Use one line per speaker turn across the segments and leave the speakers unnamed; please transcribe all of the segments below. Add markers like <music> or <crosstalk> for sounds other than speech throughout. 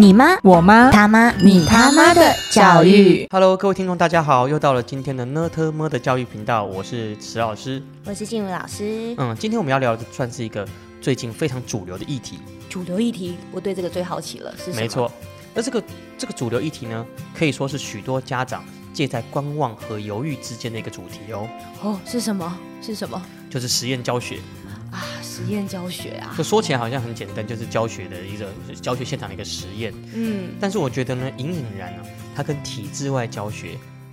你妈、
我妈、
他妈、你他妈的教育，
Hello，各位听众，大家好，又到了今天的呢特么的教育频道，我是池老师。
我是静茹老师。
嗯，今天我们要聊的算是一个最近非常主流的议题，
主流议题，我对这个最好奇了，是什么
没，错。那这个这个主流议题呢，可以说是许多家长介在观望和犹豫之间的一个主题哦，
哦，是什么？是什么
就是实验教学。
啊？实验教学啊，
就说起来好像很简单，就是教学的一个教学现场的一个实验，
嗯，
但是我觉得呢，隐隐然呢、它跟体制外教学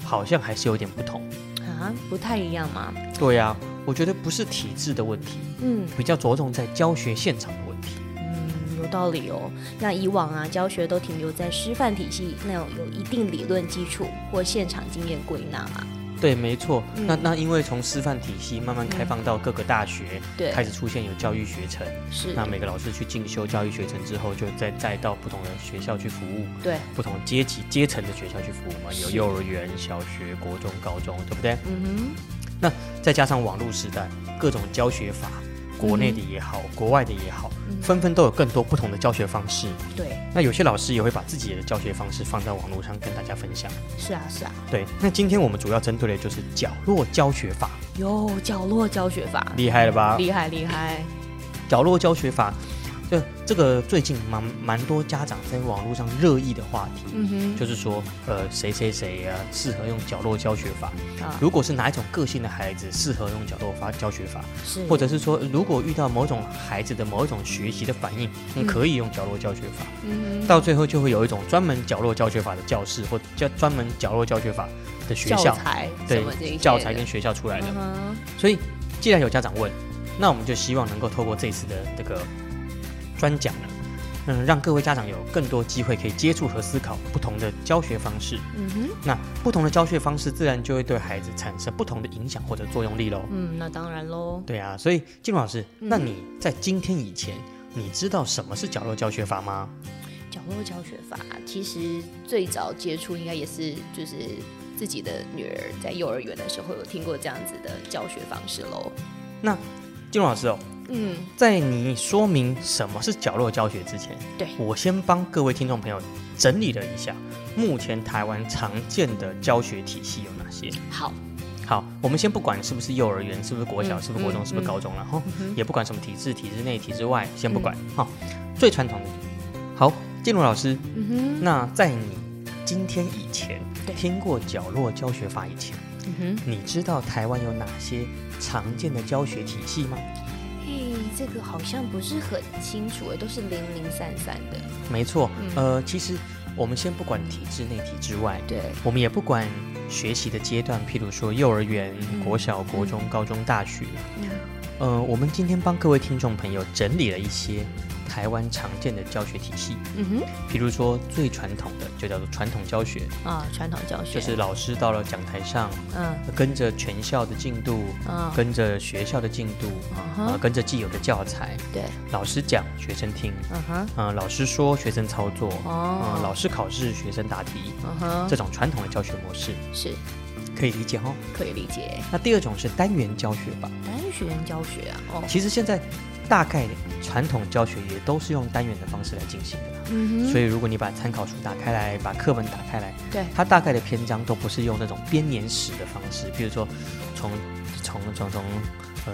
好像还是有点不同。
啊，不太一样吗？
对啊，我觉得不是体制的问题，
嗯
比较着重在教学现场的问题。
嗯，有道理哦。那以往啊，教学都停留在师范体系那种有一定理论基础或现场经验归纳嘛，
对，没错。
嗯
那那因为从师范体系慢慢开放到各个大学，
对，嗯
开始出现有教育学程，
是，
那每个老师去进修教育学程之后，就再再到不同的学校去服务，
对，
不同阶级阶层的学校去服务嘛，有
是
幼儿园、小学、国中、高中，对不对？
嗯
再加上网络时代，各种教学法，国内的也好，国外的也好，
嗯
纷纷都有更多不同的教学方式。
哼，对，
那有些老师也会把自己的教学方式放在网络上跟大家分享。
是啊，是啊，
对，那今天我们主要针对的就是角落教学法，
有角落教学法，
厉害了吧？
厉害厉害，
角落教学法，就这个最近蛮蛮多家长在网络上热议的话题，
嗯哼，
就是说，呃，谁谁谁啊，适合用角落教学法。
啊，
如果是哪一种个性的孩子，适合用角落法教学法，
是，
或者是说，如果遇到某种孩子的某一种学习的反应，
嗯
嗯、可以用角落教学法。
嗯哼
到最后就会有一种专门角落教学法的教室，或教专门角落教学法的学
教
校，
材什么这一
对，
些
教材
的
跟学校出来的。
嗯哼
所以，既然有家长问，那我们就希望能够透过这次的这个专讲呢，嗯，让各位家长有更多机会可以接触和思考不同的教学方式。
嗯哼，
那不同的教学方式，自然就会对孩子产生不同的影响或者作用力喽。
嗯，那当然喽。
对啊，所以金老师，
嗯
那你在今天以前，你知道什么是角落教学法吗？
角落教学法其实最早接触应该也是就是自己的女儿在幼儿园的时候有听过这样子的教学方式喽。
金老师哦，
嗯，
在你说明什么是角落教学之前，
对
我先帮各位听众朋友整理了一下，目前台湾常见的教学体系有哪些。
好，
好，我们先不管是不是幼儿园，是不是国小，
嗯
是不是国中，
嗯
是不是高中了哈，
哼
也不管什么体制、体制内、体制外，先不管哈、最传统的。好，建茹老师，
嗯
那在你今天以前
对
听过角落教学法以前，
哼，嗯哼，
你知道台湾有哪些常见的教学体系吗？
嘿，这个好像不是很清楚诶，都是零零散散的。
没错，
嗯
呃，其实我们先不管体制内、体制外，
对，
我们也不管学习的阶段，譬如说幼儿园、
嗯
国小、国中、高中、大学。
嗯
呃，我们今天帮各位听众朋友整理了一些台湾常见的教学体系，
嗯
譬如说最传统的就叫做传统教学，
哼，啊，传统教学
就是老师到了讲台上，呃
嗯
跟着全校的进度，
嗯
呃跟着学校的进度，
嗯
呃，
哼，
跟着既有的教材，
对，
老师讲，学生听，
嗯哼，
呃，老师说，学生操作，呃，老
哦，
师考试，学生答题，
嗯哼，
这种传统的教学模式
是
可以理解哦。
可以理解。
那第二种是单元教学法，
单学员教学啊，哦，
其实现在大概传统教学也都是用单元的方式来进行的啦。
嗯
所以，如果你把参考书打开来，把课本打开来，
对
它大概的篇章都不是用那种编年史的方式，比如说从从从从呃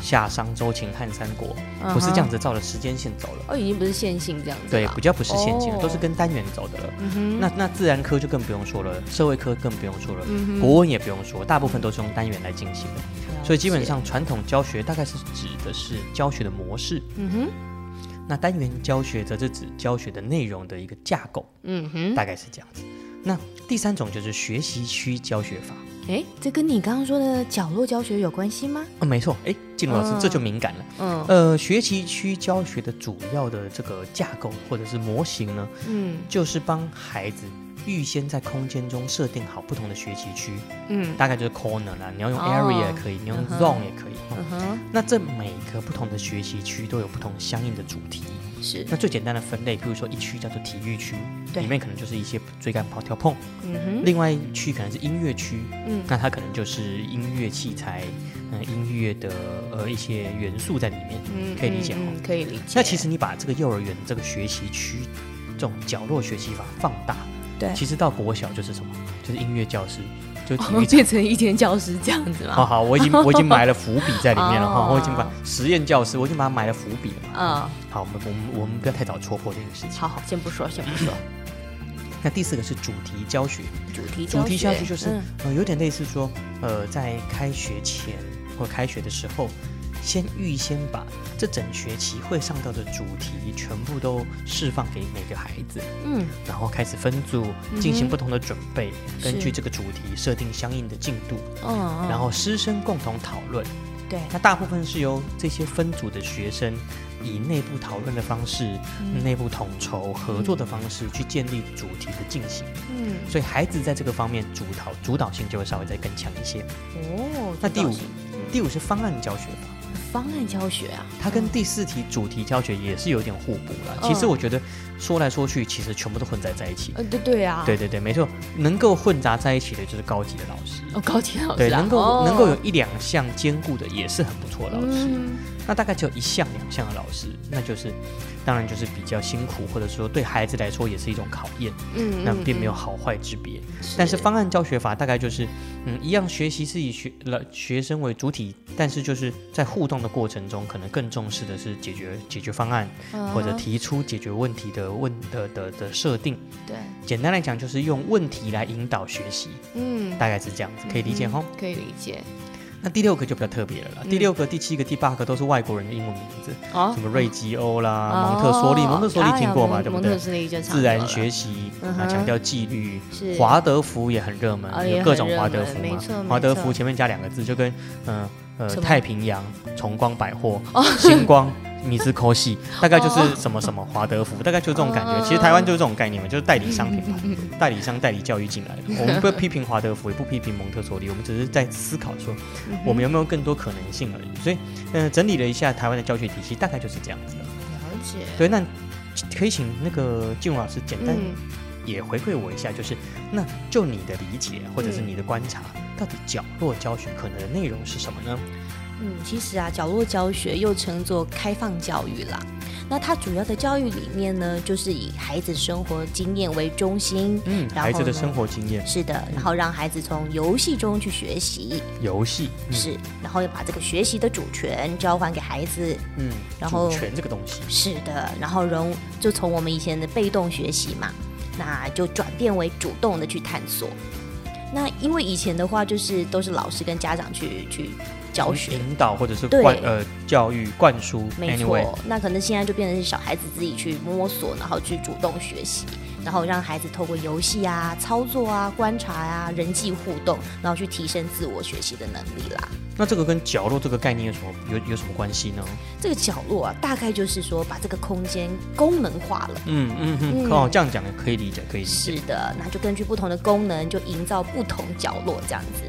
夏商周秦汉三国，
嗯
不是这样
哼，
子照着时间线走了，
哦，已经不是线性这样子
对，
了
比。较不是线性的，
哦
都是跟单元走的了。
嗯哼，
那那自然科就更不用说了，社会科更不用说了，
嗯哼
国文也不用说，大部分都是用单元来进行的。
了
所以基本
解，
上传统教学大概是指的是教学的模式，
嗯哼，
那单元教学则是指教学的内容的一个架构，
嗯哼，
大概是这样子。那第三种就是学习区教学法。
哎，这跟你刚刚说的角落教学有关系吗？
啊，没错，哎，静茹老师、
嗯
这就敏感了。
嗯
呃，学习区教学的主要的这个架构或者是模型呢，
嗯
就是帮孩子预先在空间中设定好不同的学习区，
嗯
大概就是 corner 啦，你要用
哦
area 也可以，你用
嗯哼
zone 也可以。哦
嗯哼，
那这每个不同的学习区都有不同相应的主题。
是，
那最简单的分类，比如说一区叫做体育区，
对
里面可能就是一些追赶、跑、跳、碰；
嗯
另外一区可能是音乐区，
哼，嗯
那它可能就是音乐器材，嗯、音乐的呃一些元素在里面，
嗯
可以理解哦。
嗯嗯可以理解。
那其实你把这个幼儿园这个学习区这种角落学习法放大。
对 <laughs>
其实到国小就是什么，就是音乐教室，就是体
哦
育，哦
变成一间教室这样子
好
吗？
好，
<laughs>
我已经我已经埋了伏笔在里面了哈，
哦
我已经把实验教室，我已经把它埋了伏笔了嘛。
嗯，
好，我们我们我们不要太早戳破这件事情。
好好，先不说，先不
<laughs>
说。
那第四个是主题教学，
主题
主
教
题
学，
教学就是、
嗯
呃有点类似说呃在开学前或开学的时候，先预先把这整学期会上到的主题全部都释放给每个孩子，
嗯
然后开始分组进行
嗯哼
不同的准备，根
是
据这个主题设定相应的进度，
嗯嗯，
然后师生共同讨论。
对，
那大部分是由这些分组的学生以内部讨论的方式、
嗯
内部统筹合作的方式去建立主题的进行，
嗯
所以孩子在这个方面主导主导性就会稍微再更强一些。
哦，
那第五
主导性
第五是方案教学法，
方案教学啊，
它跟第四题主题教学也是有点互补了。
嗯
其实我觉得说来说去，其实全部都混杂在一起。
呃对对啊，
对对对，没错，能够混杂在一起的就是高级的老师。
哦高级老师啊，
对，能够、
哦
能够有一两项兼顾的也是很不错的老师。
嗯
那大概只有一项两项的老师，那就是当然就是比较辛苦，或者说对孩子来说也是一种考验，
嗯，
那
嗯
并没有
嗯
好坏之别。但是方案教学法大概就是，嗯，一样学习是以学了学生为主体，但是就是在互动的过程中，可能更重视的是解决解决方案，或者
嗯
提出解决问题的问的的的设定。
对，
简单来讲，就是用问题来引导学习，
嗯，
大概是这样子，可以理解哦哈。
嗯可以理解
那第六个就比较特别了啦，第六个、第七个、第八个都是外国人的英文名字。
哦
什。么瑞吉欧啦、
哦
蒙特梭利，蒙特梭
当
利
然
听过嘛，
蒙
对不
蒙特
对？
梭利就常
自然
有
学
了，
习
嗯
啊，
哼
强调纪律。
是
华德福也很热门
哦，也
有
很
各种
热
华德
门
福
没
嘛
错。没
华德
错
福前面加两个字，就跟嗯呃
什么哦
太平洋、崇光百货、星光。米兹科
<laughs>
系大概就是什么什么华德福，大概就这种感
哦
觉。其实台湾就是这种概念嘛，就是代理商
<laughs>
品牌、代理商、代理教育进来的。我们不批评华德福，也不批评蒙特梭利，我们只是在思考说，
嗯
我们有没有更多可能性而已。所以，嗯，整理了一下台湾的教学体系，大概就是这样子了。
了解，
对，那可以请那个静茹老师简单
嗯，
也回馈我一下，就是那就你的理解或者是你的观察，到底角落教学可能的内容是什么呢？
嗯，其实啊，角落教学又称作开放教育啦。那它主要的教育理念呢，就是以孩子生活经验为中心。
嗯，
然后
孩子的
呢
生活经验、
是的，然后让孩子从游戏中去学习，
游戏，嗯
是，然后要把这个学习的主权交还给孩子，
嗯，
然
主
后
权这个东西，
是的，然后融就从我们以前的被动学习嘛，那就转变为主动的去探索。那因为以前的话，就是都是老师跟家长去去教学，
引导或者是
对
灌呃教育灌输
没错
嗯，anyway，
那可能现在就变成是小孩子自己去摸索，然后去主动学习，然后让孩子透过游戏啊、操作啊、观察啊、人际互动，然后去提升自我学习的能力啦。
那这个跟角落这个概念有什么有有什么关系呢？
这个角落啊，大概就是说把这个空间功能化了。
嗯嗯嗯，
嗯
哦，这样讲也可以理解，可以理解。
是的，那就根据不同的功能，就营造不同角落这样子，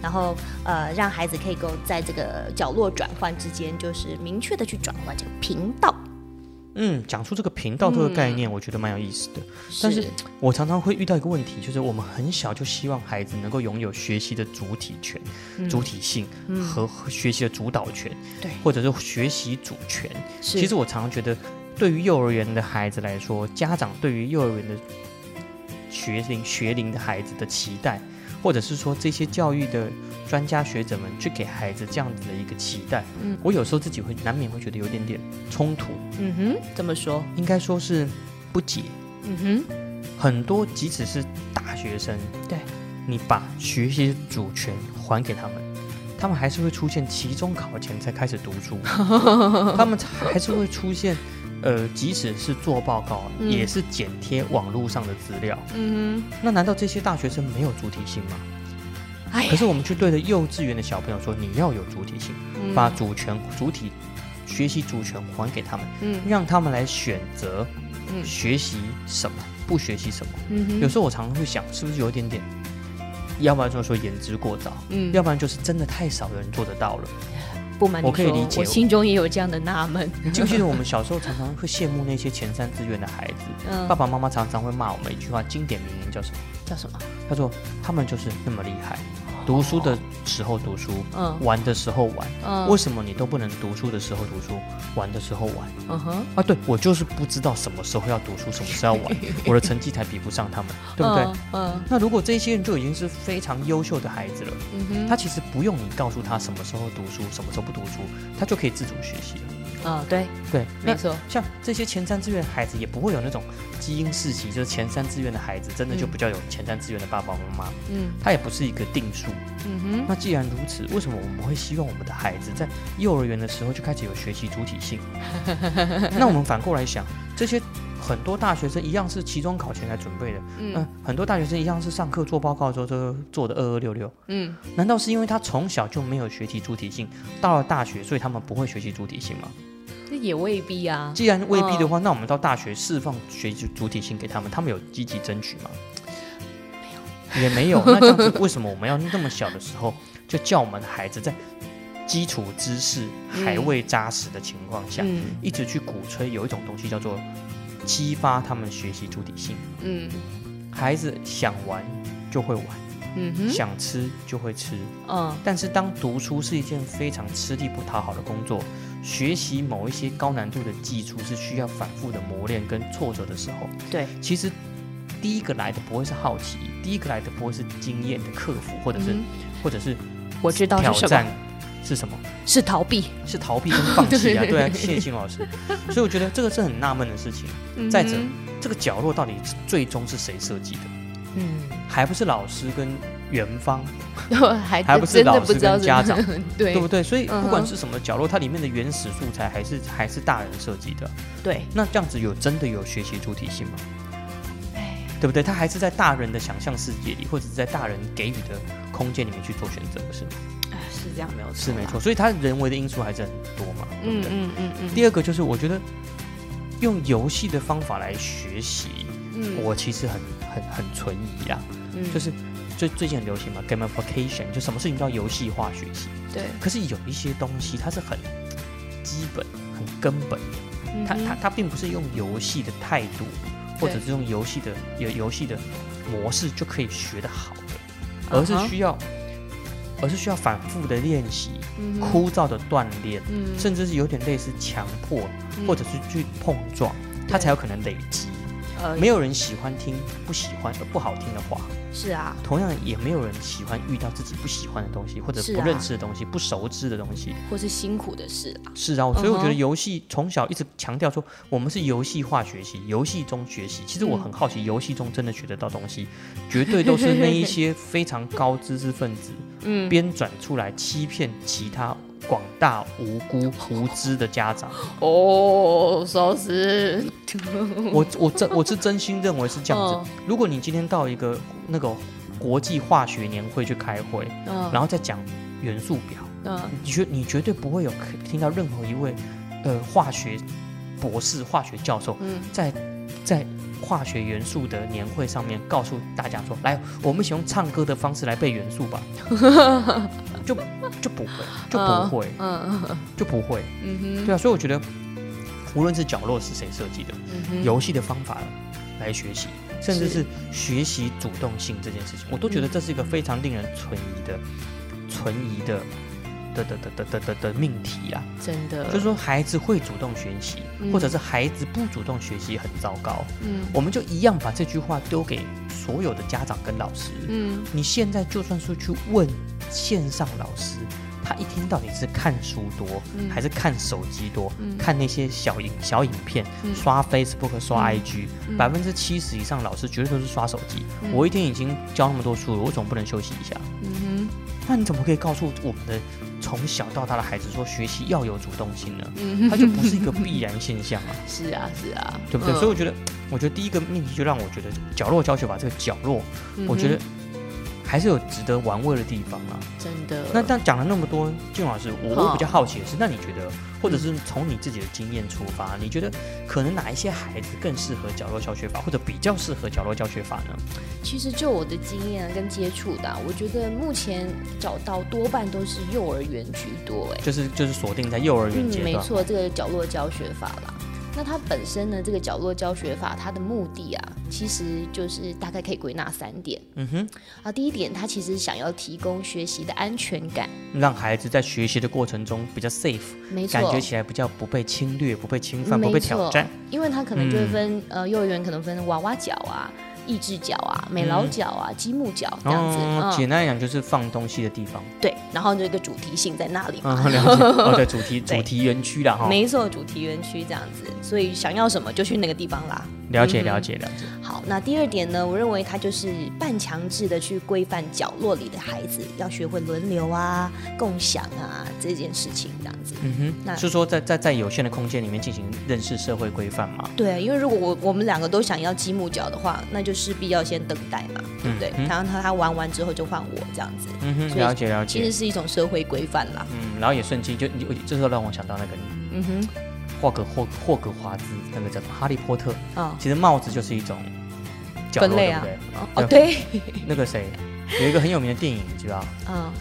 然后呃，让孩子可以够在这个角落转换之间，就是明确的去转换这个频道。
嗯，讲出这个频道这个概
嗯
念，我觉得蛮有意思的。但是我常常会遇到一个问题，就是我们很小就希望孩子能够拥有学习的主体权、主体性和和学习的主导权，
嗯对
或者是学习主权。
是
其实我常常觉得，对于幼儿园的孩子来说，家长对于幼儿园的学龄学龄的孩子的期待，或者是说这些教育的专家学者们去给孩子这样子的一个期待，
嗯
我有时候自己会难免会觉得有点点冲突，
嗯哼，这么说，
应该说是不解。
嗯哼。
很多即使是大学生，
对，
你把学习主权还给他们，他们还是会出现期中考前才开始读
<laughs>
书，他们还是会出现，呃，即使是做报告，啊
嗯
也是剪贴网络上的资料。
嗯
那难道这些大学生没有主体性吗？
哼，哎
可
呀，
是我们去对着幼稚园的小朋友说，你要有主体性，
嗯
把主权、主体、学习主权还给他们，
嗯
让他们来选择
嗯
学习什么，不学习什么。
嗯哼
有时候我常常会想，是不是有一点点，要不然就说言之过早，
嗯
要不然就是真的太少人做得
<laughs>
到了。
不瞒你说，
我可以理解
我心中也有这样的纳闷。
你记不记得我们小时候常常会羡慕那些前三志愿的孩子？
嗯
爸爸妈妈常常会骂我们一句话，经典名言叫什么？
叫什么？
他说他们就是那么厉害，
哦
读书的时候读书，
嗯
玩的时候玩，
嗯
为什么你都不能读书的时候读书，玩的时候玩
嗯哼，
啊？对我就是不知道什么时候要读书，什么时候要
<laughs>
玩，我的成绩才比不上他们，对不对？
嗯？嗯
那如果这些人就已经是非常优秀的孩子了，
嗯哼，
他其实不用你告诉他什么时候读书，什么时候不读书，他就可以自主学习了。
嗯对，
对，
没
那
错，
像这些前三志愿的孩子，也不会有那种基因世袭，就是前三志愿的孩子真的就
嗯
比较有前三志愿的爸爸妈妈，
嗯
他也不是一个定数。
嗯哼，
那既然如此，为什么我们会希望我们的孩子在幼儿园的时候就开始有学习主体
<laughs>
性？那我们反过来想，这些很多大学生一样是期中考前来准备的，嗯、
嗯
很多大学生一样是上课做报告的时候都做的二二六六，
嗯
难道是因为他从小就没有学习主体性，到了大学，所以他们不会学习主体性吗？
这也未必啊，
既然未必的话，那我们到大学释放学习主体性给他们，他们有积极争取吗？没有，也没有。那这样子，为什么我们要那么小的时候就叫我们的孩子在基础知识还未扎实的情况下，
嗯
一直去鼓吹有一种东西叫做激发他们学习主体性？
嗯
孩子想玩就会玩，
嗯哼，
想吃就会吃。
嗯
但是当读书是一件非常吃力不讨好的工作，学习某一些高难度的技术是需要反复的磨练跟挫折的时候，
对，
其实第一个来的不会是好奇，第一个来的不会是经验的克服，或者是、
嗯
或者是
我知道
挑
是什么
战。是什么？
是逃避，
是逃避跟放弃
<laughs>
啊！
对
对啊，谢谢金老师。所以我觉得这个是很纳闷的事情。再者
嗯
这个角落到底最终是谁设计的？
哼嗯，
还不是老师跟园方，
还
还不是
哎真的
老
不
师
知道
跟
是
家长，
对
对不对？所以
嗯哼
不管是什么角落，它里面的原始素材还是还是大人设计的。
对，
那这样子有真的有学习主体性吗？
哎
对不对？它还是在大人的想象世界里，或者是在大人给予的空间里面去做选择，是吗
哎是这样没有错，
是没错。。所以它人为的因素还是很多嘛，对
嗯
不对？
嗯嗯嗯，
第二个就是我觉得用游戏的方法来学习，
嗯
我其实很很很存疑啊。
嗯
就是最最近很流行嘛，gamification，就什么事情叫游戏化学习。
对，
可是有一些东西它是很基本、很根本的，
嗯
它
哼
它它并不是用游戏的态度，或者是用游戏的游游戏的模式就可以学得好的，而是
嗯哼
需要而是需要反复的练习、
嗯哼
枯燥的锻炼，
嗯
甚至是有点类似强迫
嗯
或者是去碰撞，它
对
才有可能累积。
呃
没有人喜欢听不喜欢呃不好听的话，
是啊，
同样也没有人喜欢遇到自己不喜欢的东西，或者
是
不
啊
认识的东西、不熟知的东西。
或是辛苦的事啊，
是啊，所以我
嗯
觉得
哼
游戏从小一直强调说，我们是游戏化学习，游戏中学习。其实我
嗯
很好奇，游戏中真的学得到东西，绝对都是那一些非常高知识分子
<laughs> 嗯，
编转出来欺骗其他广大无辜无知的家长。
哦，收拾，
<laughs> 我我真我是真心认为是这样
哦
子。如果你今天到一个那个国际化学年会去开会，
嗯
然后再讲元素表。
嗯
你绝你绝对不会有听到任何一位呃化学博士、化学教授
嗯
在在化学元素的年会上面告诉大家说：“来，我们一起用唱歌的方式来背元素
<laughs>
吧。就”就不会，就不会，
嗯
就不会。
嗯哼，
对啊，所以我觉得，无论是角落是谁设计的，
嗯哼，
游戏的方法来学习，甚至
是嗯
是学习主动性这件事情，我都觉得这是一个非常令人存疑的、存疑的的的的的的的的命题啊！
真的，
就是说，孩子会主动学习，
呃嗯
或者是孩子不主动学习很糟糕，
嗯
我们就一样把这句话丢给所有的家长跟老师。
嗯
你现在就算是去问线上老师，他一天到底是看书多，
嗯
还是看手机多，
嗯
看那些小影小影片，
嗯
刷 Facebook、刷 IG，
嗯
百分之七十以上老师绝对都是刷手机。
嗯
我一天已经教那么多书了，我总不能休息一下？
嗯
那你怎么可以告诉我们的从小到大的孩子说学习要有主动性呢？
嗯
它就不是一个必然现象
<laughs>
啊，
哼，是啊是啊，
对不对？
嗯
所以我觉得，我觉得第一个命题就让我觉得角落教学法这个角落，我觉得
嗯
还是有值得玩味的地方啊。
哼真的，
那但讲了那么多，金老师，我我
呃好
比较好奇的是，那你觉得，或者是从你自己的经验出发，你觉得可能哪一些孩子更适合角落教学法，或者比较适合角落教学法呢？
其实就我的经验跟接触的啊，我觉得目前找到多半都是幼儿园居多，哎。
就是就是锁定在幼儿园阶
嗯，没
段，
错，这个角落教学法啦。那它本身呢，这个角落教学法，它的目的啊，其实就是大概可以归纳三点
嗯哼，
啊。第一点，它其实想要提供学习的安全感，
让孩子在学习的过程中比较 safe，
没错，
感觉起来比较不被侵略、不被侵犯、
没
不被挑
错
战。
因为它可能就会分、
嗯
呃，幼儿园可能分娃娃脚啊、益智脚啊、美劳脚啊、积木脚这样子，
嗯哦
嗯
简单来讲就是放东西的
<laughs>
地方。
对，然后就一个主题性在那里嘛。
嗯，了解。哦，对，主
<laughs>
题
对
主题园区啦，哈，
没错，主题园区这样子，所以想要什么就去那个地方啦。
了
嗯
解
哼
了解了解。
好，那第二点呢，我认为它就是半强制的去规范角落里的孩子要学会轮流啊、共享啊这件事情，这样子。
嗯
那
哼，是说在在在有限的空间里面进行认识社会规范嘛？
对，啊因为如果我我们两个都想要积木角的话，那就势必要先等待嘛，对不对？
嗯嗯
然后他他玩完之后就换我这样子，
嗯哼，
所以
了解了
其实
解。
是一种社会规范啦。
嗯，然后也顺机就你这时候让我想到那个你
嗯哼，
霍格霍霍格华兹那个叫什么哈利波特，
啊、
其实帽子就是一种角
分
落，
类
对
啊
不对？
哦，哦对，<laughs>
<laughs> 那个谁有一个很有名的电影，你知道
啊、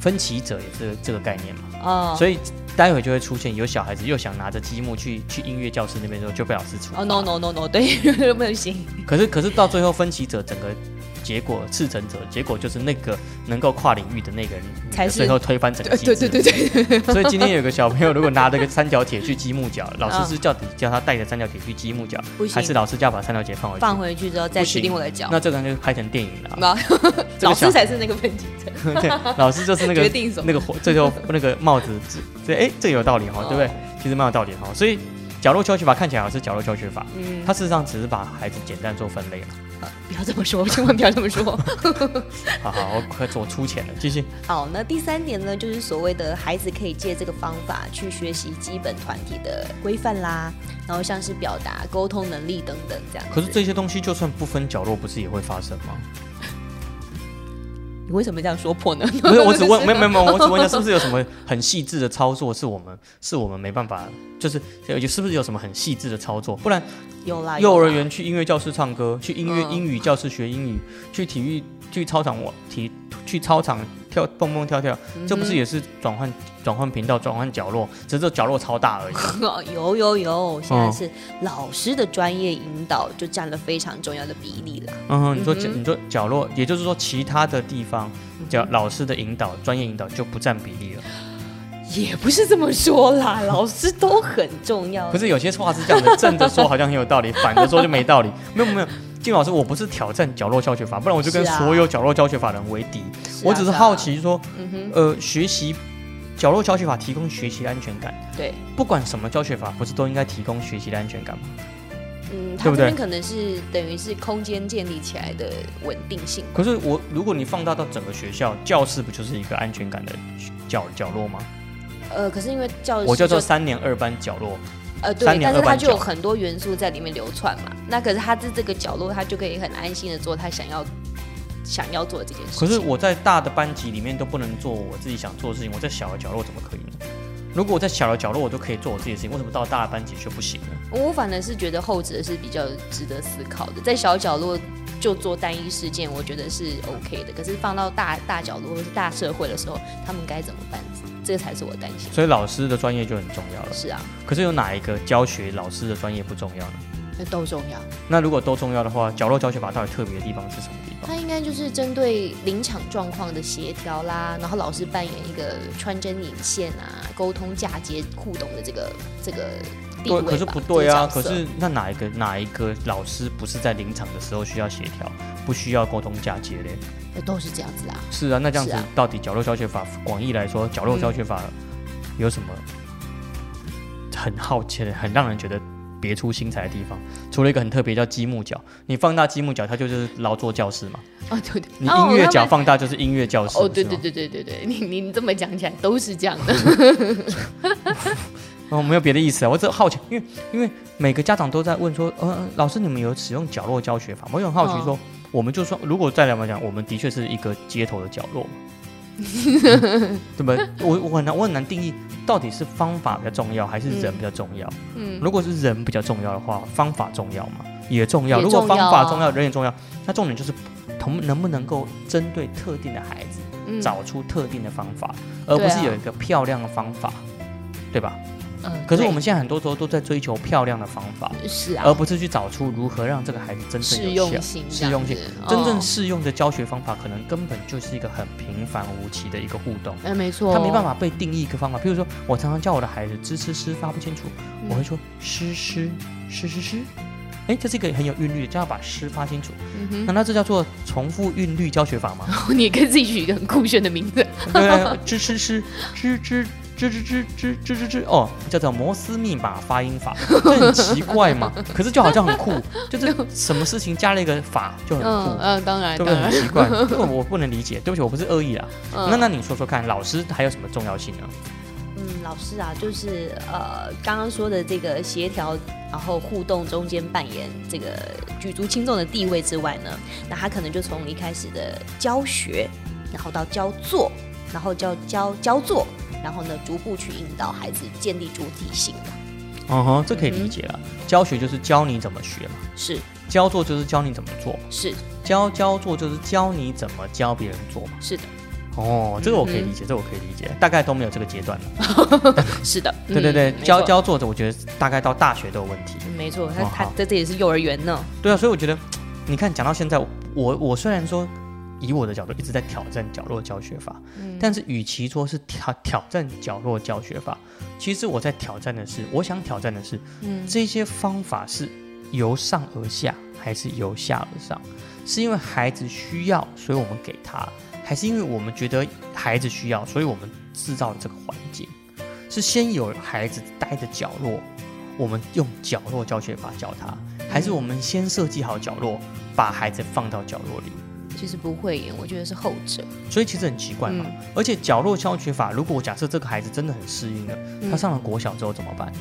《分歧者》也是这个概念嘛？
哦，
所以待会就会出现有小孩子又想拿着积木去去音乐教室那边的时候就被老师处罚。
哦 no no no no，对， <laughs> 不行，
可是可是到最后分歧者整个结果赤诚者结果就是那个能够跨领域的那个人
才是
最后推翻整个
呃对
机制。
对对对对，
对。所以今天有个小朋友如果拿了个三角铁去积木角，老师是叫你叫他带着三角铁去积木角
不，行
还是老师叫把三角铁放回
<laughs>
去？
放回去之后再
不
去
行
另外一个角。
那这个就拍成电影了啊。
<laughs> 那
这
老
个小
师才是那个问题者，
<laughs> 对，老师就是那个
决定什么
那个火最后那个帽子，这哎这个有道理哈，对不对
哦？
其实蛮有道理哈。所以角落教学法看起来好像是角落教学法，
嗯，
它事实上只是把孩子简单做分类了。
<laughs> 不要这么说， <laughs> 千万不要这么说。
好好，我快我出钱了，继续。
好，那第三点呢，就是所谓的孩子可以借这个方法去学习基本团体的规范啦，然后像是表达、沟通能力等等这样子。
可是这些东西就算不分角落，不是也会发生 <laughs> 吗？
你为什么这样说破呢？
不是，我只
<laughs>
问，没有没有没有，我只问一下，是不是有什么很细致的操作是我们是我们没办法，就是是不是有什么很细致的操作？不然
有啦，
幼
有啦
儿园去音乐教室唱歌，去音乐、
嗯
英语教室学英语，去体育去操场我体去操场跳蹦蹦跳跳，这不是也是转换转换频道转换角落，只是这角落超大 <laughs> 而已。
<laughs> 有有有，现在是
哦
老师的专业引导就占了非常重要的比例啦。
嗯哼，你说角
嗯哼
你说角落，也就是说其他的地方，教老师的引导、专业引导就不占比例了。
也不是这么说啦，老师都很重要。
可是有些话是这样的，正着说好像很有道理，反着说就没道理。 <laughs> 没有没有，金老师，我不是挑战角落教学法，不然我就跟
是啊
所有角落教学法人为敌。
啊
我只是
啊
好奇说，
嗯哼，
呃，学习角落教学法提供学习的安全感，
对，
不管什么教学法，不是都应该提供学习的安全感吗？
嗯，他
对
这
不
边
对
可能是等于是空间建立起来的稳定性。
可是我，如果你放大到整个学校，教室不就是一个安全感的角角落吗？
呃，可是因为教室
我叫做
就
三年二班角落，
呃对
三，年
但是
二
它
班
就有
角
很多元素在里面流窜嘛。那可是他在这个角落，他就可以很安心的做他想要想要做的这件事
可
情。
是我在大的班级里面都不能做我自己想做的事情，我在小的角落怎么可以呢？如果我在小的角落我都可以做我自己的事情，为什么到大的班级就不行呢？
我反而是觉得后者是比较值得思考的，在小角落就做单一事件，我觉得是 OK 的。可是放到大大角落或是大社会的时候，他们该怎么办？这个才是我担心。
所以老师的专业就很重要了。
是啊，
可是有哪一个教学老师的专业不重要呢？
那都重要。
那如果都重要的话，角落教学法到底特别的地方是什么地方？
它应该就是针对临场状况的协调啦，然后老师扮演一个穿针引线啊、沟通嫁接互动的这个这个地位
对，
吧
可是不对啊！
这
可
个角色
是那哪一个哪一个老师不是在临场的时候需要协调，不需要沟通嫁接嘞？
呃都是这样子啊。
是啊，那这样子
是啊嗯
到底角落教学法广义来说，角落教学法有什么很好奇的、很让人觉得别出心裁的地方？除了一个很特别叫积木角，你放大积木角，它就是劳作教室嘛。
哦，对对，
你
哦
音乐
他
角
们
放大就是音乐教室。
哦，对
是啊吗
对。对对对对，你你你这么讲起来都是这样的。
<laughs> 哦，没有别的意思啊，我只是好奇，因为因为每个家长都在问说，呃，老师你们有使用角落教学法吗？我也很好奇说，哦我们就说，如果再来讲，我们的确是一个街头的角 <laughs> 落嘛，对吧？我我很难我很难定义到底是方法比较重要还是人比较重要。
嗯，
如果是人比较重要的话，方法重要嘛，也重要。
也
如果
重
方
要
法
啊
重要，人也重要，那重点就是同能不能够针对特定的孩子
嗯
找出特定的方法，而不
对
是
啊
有一个漂亮的方法，对吧？
嗯，
可是我
对
们现在很多时候都在追求漂亮的方法，
是啊
而，不是去找出如何让这个孩子真
适
正有
用
效。
性这
适
样
用性
子，
真正
哦
适用的教学方法，可能根本就是一个很平凡无奇的一个互动，
哎，没错，
它没办，法被定义一个方法。比如说，我常常教我的孩子“知吃吃”发不清楚，
嗯
我会说“诗诗诗诗诗”，哎，这是一个很有韵律的，叫他把“诗”发清楚。
嗯
<laughs>
难道这叫做重复韵律教学法吗？
哼，你也可以自己取一个很酷炫的名字，
<laughs> 对，吱吱吱吱吱吱吱吱吱吱吱，哦，叫做摩斯密码发
<laughs>
音法，这很奇怪嘛。可是就好像很酷，就是什么事情加了一个法就很
嗯
酷，
嗯，当然
对不
当
对？
然，嗯
很奇怪，这个我不能理解。对不起，我不是恶意啦。那
那
那你说说看，老师还有什么重要性呢？
嗯，老师啊，就是呃，刚刚说的这个协调，然后互动中间扮演这个举足轻重的地位之外呢，那他可能就从一开始的教学，然后到教做，然后教教教做，然后呢，逐步去引导孩子建立主体性嘛
哦哼，这可以
嗯
理
哼
解了。教学就是教你怎么学嘛，
是
教做就是教你怎么做嘛，
是
教教做就是教你怎么教别人做嘛。
是的，
哦，这个我可以
嗯哼
理解，这个我可以理解，大概都没有这个阶段了。
是的，
对对对
嗯，没
教
错
教作者，我觉得大概到大学都有问题。
嗯没错，他
哦
他
好
这这也是幼儿园呢，
对啊，所以我觉得，你看讲到现在，我我虽然说以我的角度一直在挑战角落教学法，但是与其说是挑挑战角落教学法，其实我在挑战的是，我想挑战的是
嗯
这些方法是由上而下还是由下而上？是因为孩子需要，所以我们给他，还是因为我们觉得孩子需要，所以我们制造了这个环境？是先有孩子待的角落，我们用角落教学法教他，还是我们先设计好角落，把孩子放到角落里？
其实不会耶，我觉得是后者，
所以其实很奇怪嘛。
嗯
而且角落教学法，如果我假设这个孩子真的很适应了，他
嗯
上了国小之后怎么办？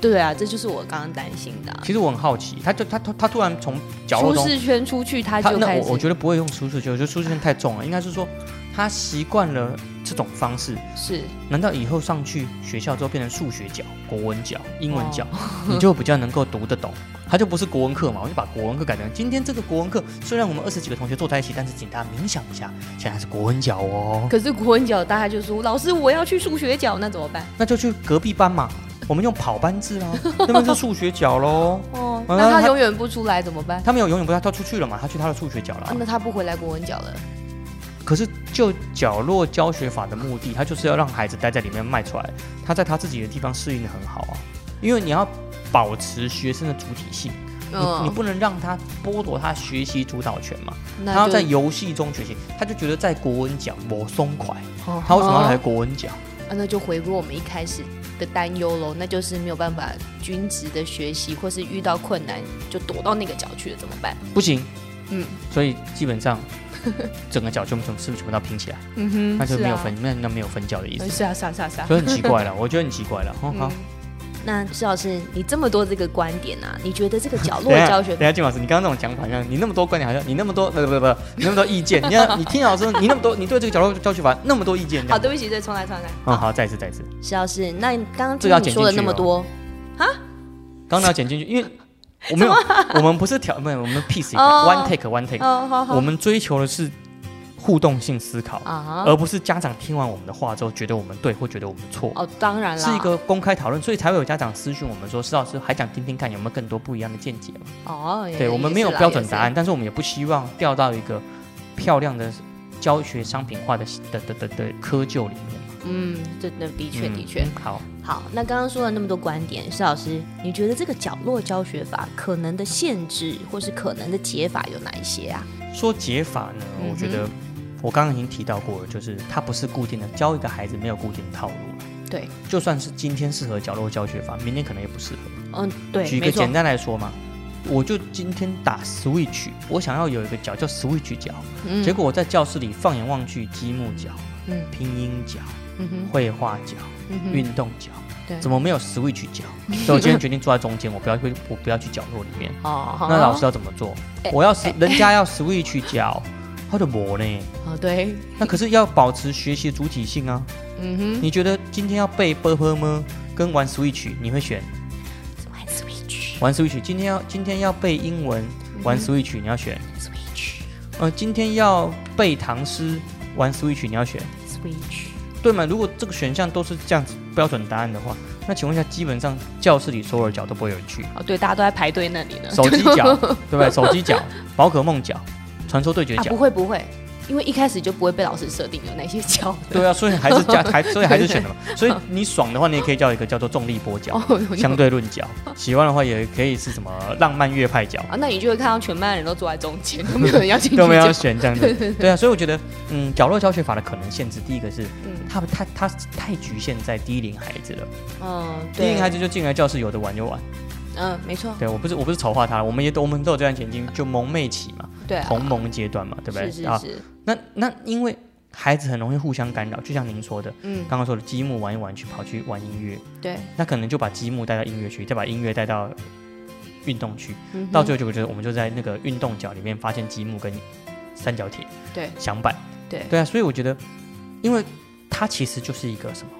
对啊，这就是我刚刚担心的啊，
其实我很好奇，他就他他他突然从角落
舒
中
适圈出去他
他
就
那
开
我我
始
觉得不会用舒适圈，我觉得舒适圈太重了。应该是说他习惯了这种方式，
是
难道以后上去学校之后变成数学角、国文角、英文角，
哦
你就比较能够读得懂？他就不是国文课嘛，我就把国文课改成今天这个国文课，虽然我们二十几个同学坐在一起，但是请大家冥想一下，现在是国文角哦，
可是国文角大家就说老师我要去数学角，那怎么办？
那就去隔壁
<laughs>
班嘛，我们用跑班制啦，那边是数学角
<laughs>
喽。
哦，
啊
那
他
他永远不出来怎么办？
他没有永远不他他出去了嘛，他去他的数学角了
啊，。那他不回来国文角了，
可是就角落教学法的目的，他就是要让孩子待在里面卖出来，他在他自己的地方适应的很好啊，因为你要保持学生的主体性，你你
嗯，
不能让他剥夺他学习主导权嘛，他
那
要
就
在游戏中学习，他就觉得在国文讲我松快，
哦
他为什么要来
哦
国文讲？
啊，那就回归我们一开始的担忧喽，那就是没有办法均值的学习，或是遇到困难就躲到那个角去了，怎么办？
不行，
嗯
所以基本上整个角就从是不是全部都要拼起来，
嗯哼
那就没有
啊
分，那那没有分角的意思，
是啊是啊是啊是啊，
所以很奇怪了，我 <laughs> 觉得很奇怪了。
嗯
嗯
哦好，
那施老师，你这么多这个观点啊，你觉得这个角落
<laughs> 等一下，
教学
等一下，金老师，你刚刚那种讲法，好像你那么多观点，好像你那么多，不 <laughs> 不不，你那么多意见，你
<laughs>
看你听老师，你那么多，你对这个角落教学法那么多意见，
好，对不起，对，重来，重来。
嗯，好，再一次，再一次，
石老师，那你刚刚听
这个要
你
剪
说了
进
那
去
么
哦
多，
刚刚要剪进去，
<laughs>
因为我没有，我们不是调，没有，我们 piece 一个
哦
，one take one take，
哦，好哦
我们追求的是互动性思考，
啊哈，
而不是家长听完我们的话之后觉得我们对或觉得我们错。
哦，当然啦，
是一个公开讨论，所以才会有家长私讯我们说，施老师还想听听看有没有更多不一样的见解嘛？
哦，也
对，我们
也
没有
是啦
标准
也是
答案，但是我们也不希望掉到一个漂亮的教学商品化的的的的的窠臼里面嘛。
嗯，对对，的确
嗯
的确
嗯，好，
好，那刚刚说了那么多观点，施老师，你觉得这个角落教学法可能的限制或是可能的解法有哪一些啊？
说解法呢，
嗯哼
我觉得我刚刚已经提到过了，就是它不是固定的，教一个孩子没有固定套路。
对，
就算是今天适合角落教学法，明天可能也不适合。
哦
嗯，对，
举一
没
个
错
简，单来说嘛，我就今天打 Switch，我想要有一个角叫 Switch 角，
嗯
结果我在教室里放眼望去，积木角、
嗯
拼音角、
嗯哼
绘画角、
嗯哼
运动角，
对
怎么没有 Switch 角？所以我今天决定坐在中间，我不要去，我不要去角落里面。
哦，好哎
那老师要怎么做？我要是人家要 Switch 角，他就磨呢。
哦对，
那可是要保持学习主体性啊！
嗯哼，
你觉得今天要背 b p m 跟玩 Switch，你会选
哎
玩 Switch，
玩 Switch？今天要今天要背英文，
嗯
玩 Switch 你要选。呃，今天要背唐诗，玩 Switch 你要选。
Switch，Switch，
对嘛？如果这个选项都是这样子标准答案的话，那请问一下，基本上教室里所有的角都不会有
<laughs>
人去，
哦，对，大家都在排队那里呢。<laughs>
手机角对不对？手机角、宝可梦角、传说对决
啊，
角
不，会不会，因为一开始就不会被老师设定有哪些角。
对啊，所以还是加 <laughs> 还所以还是选的嘛。所以你爽的话，你也可以叫一个叫做重力波角、
哦，有
相对论角；喜欢的话，也可以是什么浪漫乐派角。
<laughs> 啊，那你就会看到全班人都坐在中间，都没有人要进去
都没有
讲。
选这样子，对啊，所以我觉得，嗯，角落教学法的可能限制，第一个是
嗯
它它它太局限在低龄孩子了，
嗯，
低龄孩
对，
子就进来教室有的玩就玩，
嗯，没错，
对我不是我不是丑化他，我们也都我们都有这段前进，就萌妹期嘛，
对啊，
同盟阶段嘛，对不对
是是
啊？
是，
那那因为孩子很容易互相干扰，就像您说的，
嗯，
음,
刚刚说的积木玩一玩去跑去玩音乐，
对，
네.
那可能就把积木带到音乐区，再把音乐带到运动区，到
嗯
最后结果就是我们就在那个运动角里面发现积木跟三角铁，
对
响板，
对
对啊，所以我觉得，因为它其实就是一个什么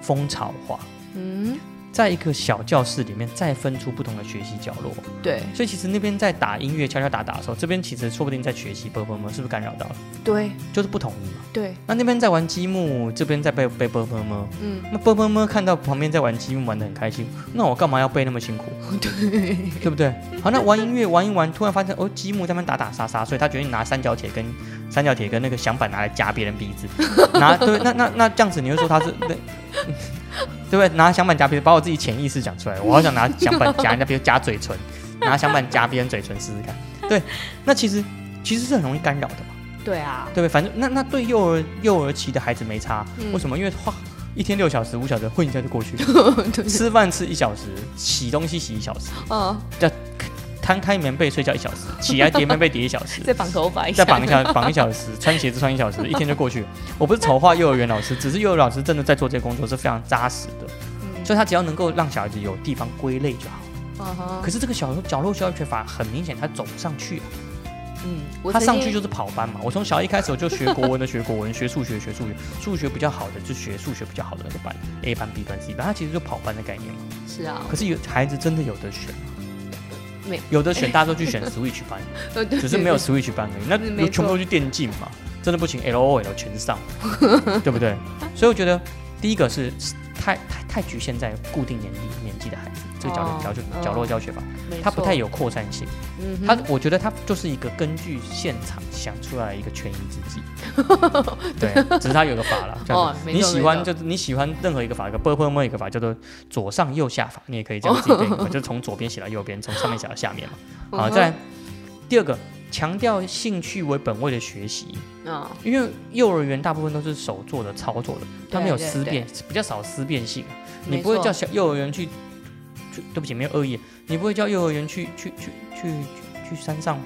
风潮化，
嗯，
在一个小教室里面再分出不同的学习角落，
对
所以其实那边在打音乐敲敲打打的时候，这边其实说不定在学习，不不不，是不是干扰到了？
对
就是不统一嘛。
对，
那那边在玩积木，这边在被被啵啵啵，
嗯，
那啵啵啵看到旁边在玩积木玩的很开心，那我干嘛要背那么辛苦？对，对不对？好，那玩音乐玩一玩，突然发现哦，积木在那边打打杀杀，所以他决定拿三角铁跟三角铁跟那个响板拿来夹别人鼻子，拿对，那那那这样子你就说他是 <laughs> 对。对不对？拿响板夹鼻子，把我自己潜意识讲出来。我好想拿响板夹人家，比如夹嘴唇， <laughs> 拿响板夹别人嘴唇试试看。对，那其实其实是很容易干扰的嘛。
对
<laughs>
啊，
对不对？反正那那对幼儿幼儿期的孩子没差，
嗯
为什么？因为哇，一天六小时、五小时混一下就过 <laughs> 去了，
对，
吃饭吃一小时，洗东西洗一小时，
嗯，。
어,
摊开棉被睡觉一小时，起来叠棉被叠一小 <laughs> 时
再绑头发一下，
再绑一下，绑一小时， <laughs> 穿鞋子穿一小时，一天就过去了。我不是丑化幼儿园老师，只是幼儿老师真的在做这个工作是非常扎实的，
음.
嗯，
所以他只要能够让小孩子有地方归类就好。
嗯哼
그
可是这个小角落教学法很明显，他走不上去啊、
嗯，我
他
曾
上
经
去就是跑班嘛。我从小一开始我就学国文的学国文，学数学学数学，数学比较好的就学数学比较好的那个班，A 班、B 班、C 班，他其实就跑班的概念嘛。
是啊，
可是有孩子真的有的选
没，
有的选大家都去选 Switch 班，
어,
呃
네.
对
只是
对
没有
对
Switch 班而已。那
嗯 <laughs> 没
如全部
错
都去电竞嘛，真的不行，L O L 全上， <laughs> 对不对？所以我觉得第一个是太太太局限在固定年龄年纪的孩子，这个角落
哦
教学
嗯
角落教学法，
네.
没
它不
错
太，有扩散性。
嗯哼
他，我觉得他就是一个根据现场想出来一个权宜之
<laughs>
计，对，只是他有个法了。这样子
哦没错
你喜
没
欢
错
就是你喜欢任何一个法，一个波波摸一个法叫做左上右下法，你也可以这样自己背一个法，就是从左边写到右边，从上面写到下面嘛。好，
哦嗯哼
再来第二个，强调兴趣为本位的学习，
嗯，
어,
因为幼儿园大部分都是手做的、操作的，他没有
对
思辨，比较少思辨性。啊你
没
不会
错
叫小幼儿园去，去对不起，没有恶意，你不会叫幼儿园去去去去去去山上，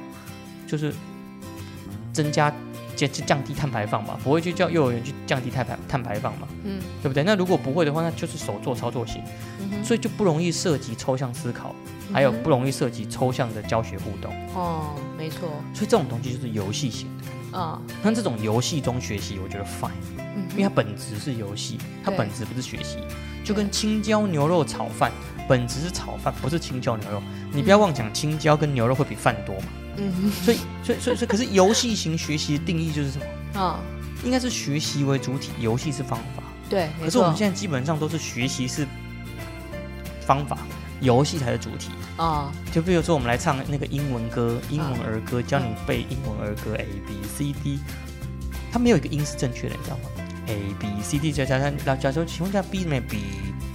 就是增加降降低碳排放嘛，不会去叫幼儿园去降低碳排碳排放嘛，
嗯
对不对？那如果不会的话，那就是手做操作型，
嗯哼
所以就不容易涉及抽象思考，还有
嗯哼
不容易涉及抽象的教学互动，
哦，
어,
没错，
所以这种东西就是游戏型的。
啊，
那这种游戏中学习，我觉得 fine。
嗯
因为它本质是游戏，它
对
本质不是学习，
嗯
就跟青椒牛肉炒饭本质是炒饭，不是青椒牛肉。你不要妄想青椒跟牛肉会比饭多嘛。
嗯
所以，所以，所以，所以，可是游戏型学习的定义就是什么？
哼啊，
어,
应该是学习为主体，游戏是方法。
네.
对，没
可是我
错
们现在基本上都是学习是方法，游戏才是主体。
어,
啊，
就比如说我们来唱那个英文歌、英文
嗯
儿歌，教你背英文儿歌 A B C D，它没有一个音是正确的，你知道吗？A B C D 加加加，老假如说请问一下 B 里面 B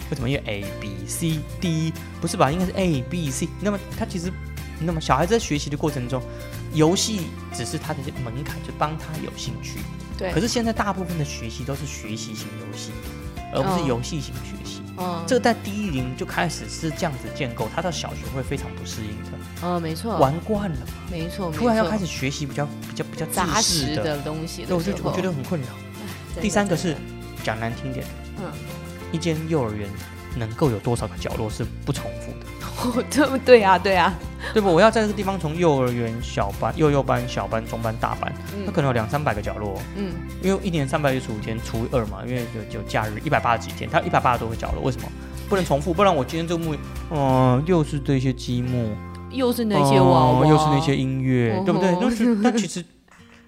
为什么用 A B C D？不是吧？应该是 A B C。那么它其实，那么小孩子在学习的过程中，游戏只是他的门槛，就帮他有兴趣。
네.
对，
可是现在大部分的学习都是学习型游戏，而不是
哦
游戏型学习。
어,
嗯，
这个在低龄就开始是这样子建构，他到小学会非常不适应的。
어,
嗯，哦没错，
玩惯了嘛，
没错，
突然要
没错
开始学习比较比较比较
扎
扎
实
实，
的东西的时
对，
候，
我就
어.
我觉得很困扰。
네,
真的
第三个
真
是
的
讲难听点，
嗯，
一间幼儿园能够有多少个角落是不重复的， <laughs>
哦
어,
对对啊，对啊，
对不？我要在这个地方从幼儿园小班、幼幼班、小班、中班、大班，
嗯
它可能有两三百个角落，
음,
嗯
因为一年三百六十五天除以二嘛，因为有有假日一百八十几天，它一百八十多个角落，为什么？不能重复，不然我今天这个木，嗯、又是这些积木，
음.
又是
어,
那些娃
哦
娃，
又是那些音乐，
哦
对不对？就是但其实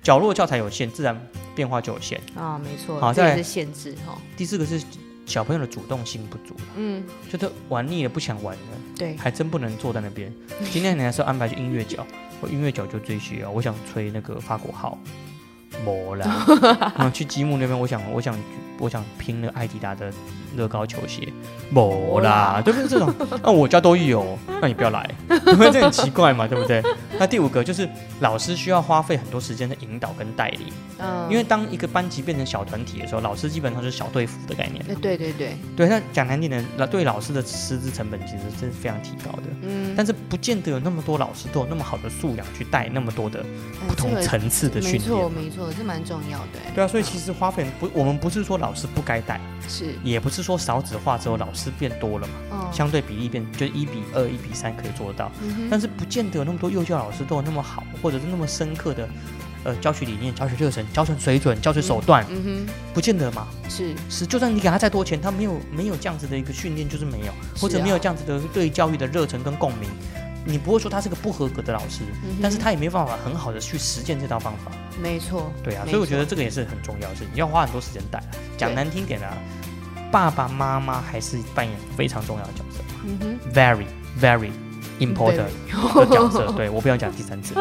角落教材有限，自然变化就有限。
啊，没错
好，
这
再来
也是限制哈，
第四个是小朋友的主动性不足了，
嗯，
就是玩腻了不想玩了，
对，
还真不能坐在那边。今天你还是安排去音乐角，我音乐角就最需要，我想吹那个法国号。没 <laughs> 啦，嗯，去积木那边，我想，我想，我想拼那个艾迪达的乐高球鞋，没啦，对不对？这 <laughs> 种，那、我家都有，那你不要来， <laughs> 这很奇怪嘛，对不对？那第五个就是老师需要花费很多时间的引导跟带领，
嗯，
因为当一个班级变成小团体的时候，老师基本上是小队服的概念。
呃对对对，
对，那讲难听点，老对老师的师资成本其实是非常提高的。
嗯，
但是不见得有那么多老师都有那么好的素养去带那么多的
哎
不同
这个
层次的
没
训
错
练。
没错，这蛮重要的，
对啊，所以其实花费不，我们不是说老师不该带，
是，
也不是说少子化之后老师变多了嘛，
哦，
相对比例变就一比二、一比三可以做得到，
嗯哼
但是不见得有那么多幼教老师都有那么好，或者是那么深刻的呃教学理念、教学热忱、教学水准、教学手段，
嗯
不见得嘛。
哼，是，嗯
是，就算你给他再多钱，他没有没有这样子的一个训练，就是没有，或
是
者
啊
没有这样子的对教育的热忱跟共鸣，你不会说他是个不合格的老师，
嗯
但是他也没办法很好的去实践这套方法。
没错，
对啊，
没
所以我觉得
错
这个也是很重要的事情，要花很多时间带啊。讲
对
难听点啊，爸爸妈妈还是扮演非常重要的角色
嗯哼，
，very very important 的角
<laughs>
色。对我不要讲第三次。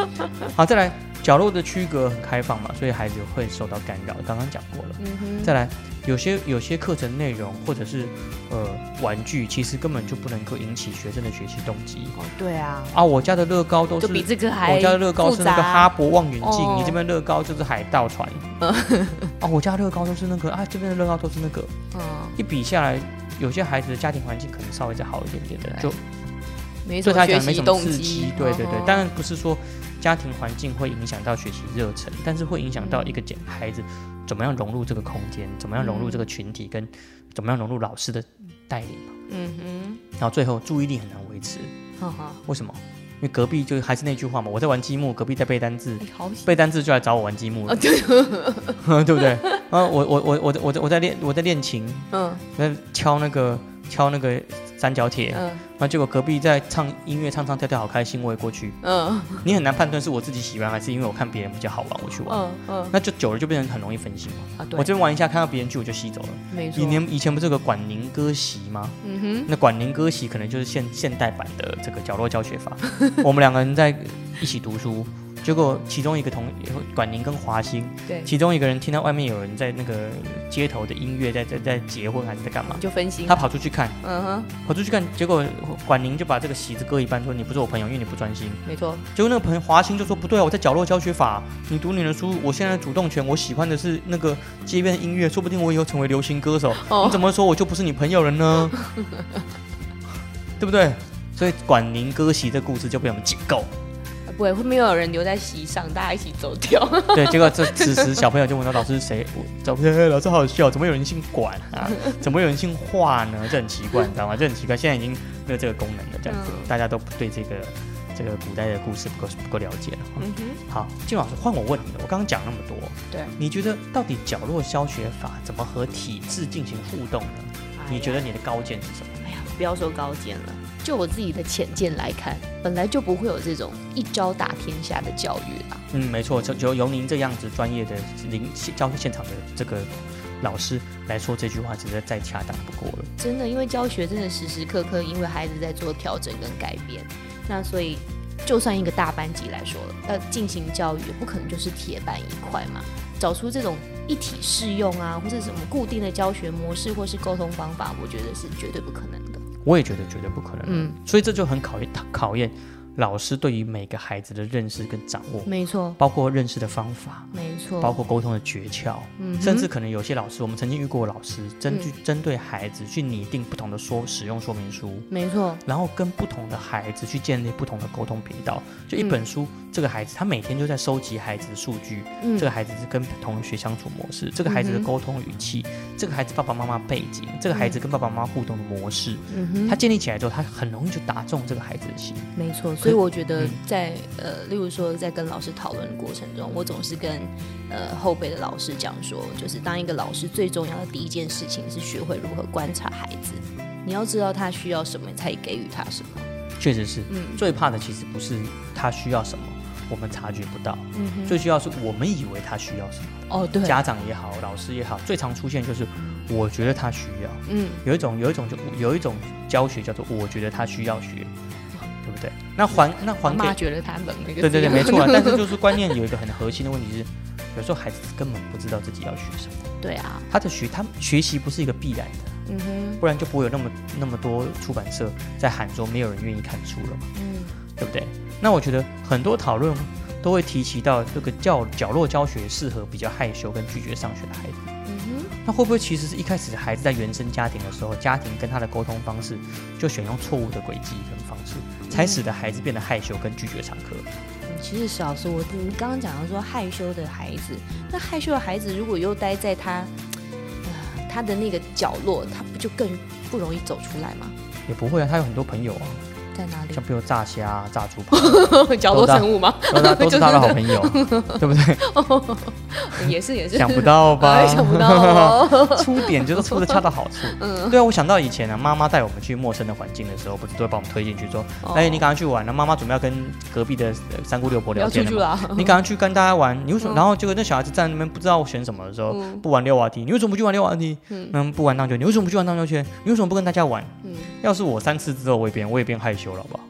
好，再来，角落的区隔很开放嘛，所以孩子会受到干扰，刚刚讲过了。
嗯哼，
再来，有些有些课程内容或者是呃玩具，其实根本就不能够引起学生的学习动机
哦，对啊，
啊！我家的乐高都是
就比这个还
我家的乐高是那
复
个
杂
哈勃望远镜，
哦嗯
你这边乐高就是海
<laughs>
盗船。啊，我家乐高都是那个啊，这边的乐高都是那个。
嗯，
一比下来，有些孩子的家庭环境可能稍微再好一点点的，就
没什
对
么
他来
学
讲没
习
什么
动
刺
机
激。，对对对
嗯，哼
当然不是说家庭环境会影响到学习热忱，但是会影响到一个简孩子怎么样融入这个空间，怎么样融入这个群体，跟怎么样融入老师的带领嘛。
嗯
然后最后注意力很难维持，
哼，哈哈，
为什么？因为隔壁就还是那句话嘛，我在玩积木，隔壁在背单字，
哎，好
背单字就来找我玩积
哦
木了， <laughs> 对不对？啊，我我我我我在我在练我在练琴，
嗯
在敲那个敲那个三角铁，
嗯
那结果隔壁在唱音乐，唱唱跳跳，好开心，我也过去。
嗯
你很难判断是我自己喜欢，还是因为我看别人比较好玩，我去玩。
嗯嗯，
那就久了就变成很容易分心嘛。
啊，对，
我这边玩一下，看到别人去我就吸走了。
没错
以，前以前不是有个管宁歌席吗？
嗯哼，
那管宁歌席可能就是现现代版的这个角落教学法。我们两个人在一起读书，结果其中一个同管宁跟华兴，
对，
其中一个人听到外面有人在那个街头的音乐在在在结婚还是在干嘛，
就分心，
他，跑出去看，
嗯哼，
跑出去看，结果管宁就把这个席子割一半，说你不是我朋友，因为你不专心。
没错，
结果那个朋友华兴就说不对啊，我在角落教学法，你读你的书，我现在的主动权，我喜欢的是那个街边的音乐，说不定我以后成为流行歌手，你
哦，
怎么说我就不是你朋友了
<laughs>
呢？对不对？所以管宁歌席这故事就被我们解
<laughs>
构。
呃不会，会没有人留在席上，大家一起走
<laughs>
掉，
对，结果这此时小朋友就问到老师是谁，我老师、嘿老师好笑，怎么有人姓管啊？怎么有人姓华呢？这很奇怪，你知道吗？这很奇怪，现在已经没有这个功能了，这样子，
嗯
大家都对这个这个古代的故事不够不够了解了。
嗯哼，
好，金老师，换我问你了。我刚刚讲那么多，
对，
你觉得到底角落消学法怎么和体制进行互动呢？
哎
你觉得你的高见是什么？
不要说高见了，就我自己的浅见来看，本来就不会有这种一招打天下的教育啦。
嗯，没错，就就由您这样子专业的临教学现场的这个老师来说这句话，实在再恰当不过了。
真的，因为教学真的时时刻刻因为孩子在做调整跟改变，那所以就算一个大班级来说，要进行教育，不可能就是铁板一块嘛。找出这种一体适用啊，或者什么固定的教学模式，或是沟通方法，我觉得是绝对不可能的。
我也觉得绝对不可能。
嗯，
所以这就很考验考验老师对于每个孩子的认识跟掌握，
没错，
包括认识的方法，
没错，
包括沟通的诀窍，
嗯哼嗯
甚至可能有些老师，我们曾经遇过的老师，针据针对孩子去拟定不同的说使用说明书，
没错，
然后跟不同的孩子去建立不同的沟通频道。就一
嗯
本书，这个孩子他每天就在收集孩子的数据，
嗯
这个孩子是跟同学相处模式，这个孩子的沟通语气，这个孩子爸爸妈妈背景，这个孩子跟爸爸妈妈互动的模式，
嗯哼
他建立起来之后，他很容易就打中这个孩子的心。
没错， <laughs> 所以我觉得在呃，例如说在跟老师讨论的过程中，我总是跟呃后辈的老师讲说，就是当一个老师最重要的第一件事情是学会如何观察孩子，你要知道他需要什么，才给予他什么。
确实是，
嗯
最怕的其实不是他需要什么，我们察觉不到。
嗯哼，
最需要是我们以为他需要什么，
哦对，
家长也好，老师也好，最常出现就是我觉得他需要。
嗯
有一种有一种就有一种教学叫做我觉得他需要学，对不对？那还那
阿
还给
哦妈觉得他冷那个，
对对对，
<laughs>
<laughs>
没错啊。但是就是观念有一个很核心的问题是，有时候孩子根本不知道自己要学什么，
对啊，
他的学他学习不是一个必然的，
嗯哼，
不然就不会有那么那么多出版社在喊说没有人愿意看书了嘛，
嗯
对不对？那我觉得很多讨论都会提及到这个教角落教学适合比较害羞跟拒绝上学的孩子。
嗯哼，
那会不会其实是一开始孩子在原生家庭的时候，家庭跟他的沟通方式就选用错误的轨迹跟方式，才使得孩子变得害羞跟拒绝上课？
嗯其实小时候我你刚刚讲到说害羞的孩子，那害羞的孩子如果又待在他，呃，他的那个角落，他不就更不容易走出来吗？
也不会啊，他有很多朋友啊，
在哪
像
里？
比如炸虾、啊、炸猪
<laughs>
排，
角落生物吗？
都是他都是他的好朋友，对不对？
<laughs> 也是也是，
想不到吧
哎？想不到哦，
<laughs>
嗯
出点就是出的恰到好处。对啊，我想到以前呢、妈妈带我们去陌生的环境的时候，不是都会把我们推进去说：“哎、
哦
你赶快去玩了、妈妈准备要跟隔壁的呃三姑六婆
不哦
聊
要出
天
去
了嘛。
了，啊
你赶快去跟大家玩，你为什么？
嗯
然后结果那小孩子站在那边不知道选什么的时候，
嗯
不玩溜滑梯，你为什么不去玩溜滑梯？
嗯
嗯，不玩荡秋千，你为什么不去玩荡秋千？你为什么不跟大家玩？
嗯，
要是我三次之后，我也变我也变害羞了，好不好？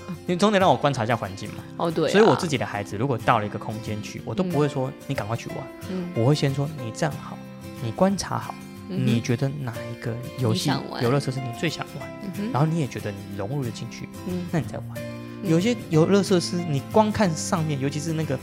<laughs>
你总得让我观察一下环境嘛。
哦对啊，
所以我自己的孩子如果到了一个空间去，我都不会说你赶快去玩，
嗯
我会先说你站好，你观察好，
嗯哼
你觉得哪一个游
你
戏
想玩
游乐设施你最想玩，
嗯哼
然后你也觉得你融入了进去，
嗯
那你再玩。有些游乐设施，你光看上面，尤其是那个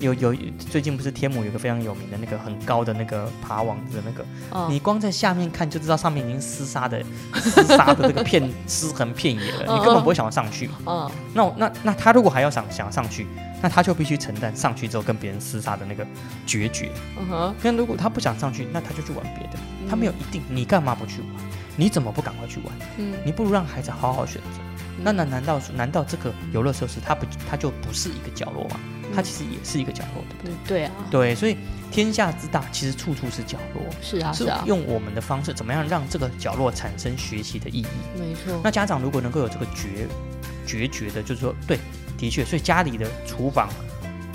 有有最近不是天母有个非常有名的那个很高的那个爬网子的那个，
哦
你光在下面看就知道上面已经厮杀的 <laughs> 厮杀的这个片尸横遍野了，你根本不会想要上去嘛。
哦
那我那那他如果还要想想上去，那他就必须承担上去之后跟别人厮杀的那个决绝。
嗯哼，
那如果他不想上去，那他就去玩别的。
嗯
他没有一定，你干嘛不去玩？你怎么不赶快去玩？
嗯
你不如让孩子好好选择。那难难道难道这个游乐设施它不它就不是一个角落吗？它其实也是一个角落，对不对？
嗯对啊，
对，所以天下之大，其实处处是角落，
是啊是
是
啊，
用我们的方式怎么样让这个角落产生学习的意义？
没错，
那家长如果能够有这个决决绝的，就是说，对，的确，所以家里的厨房，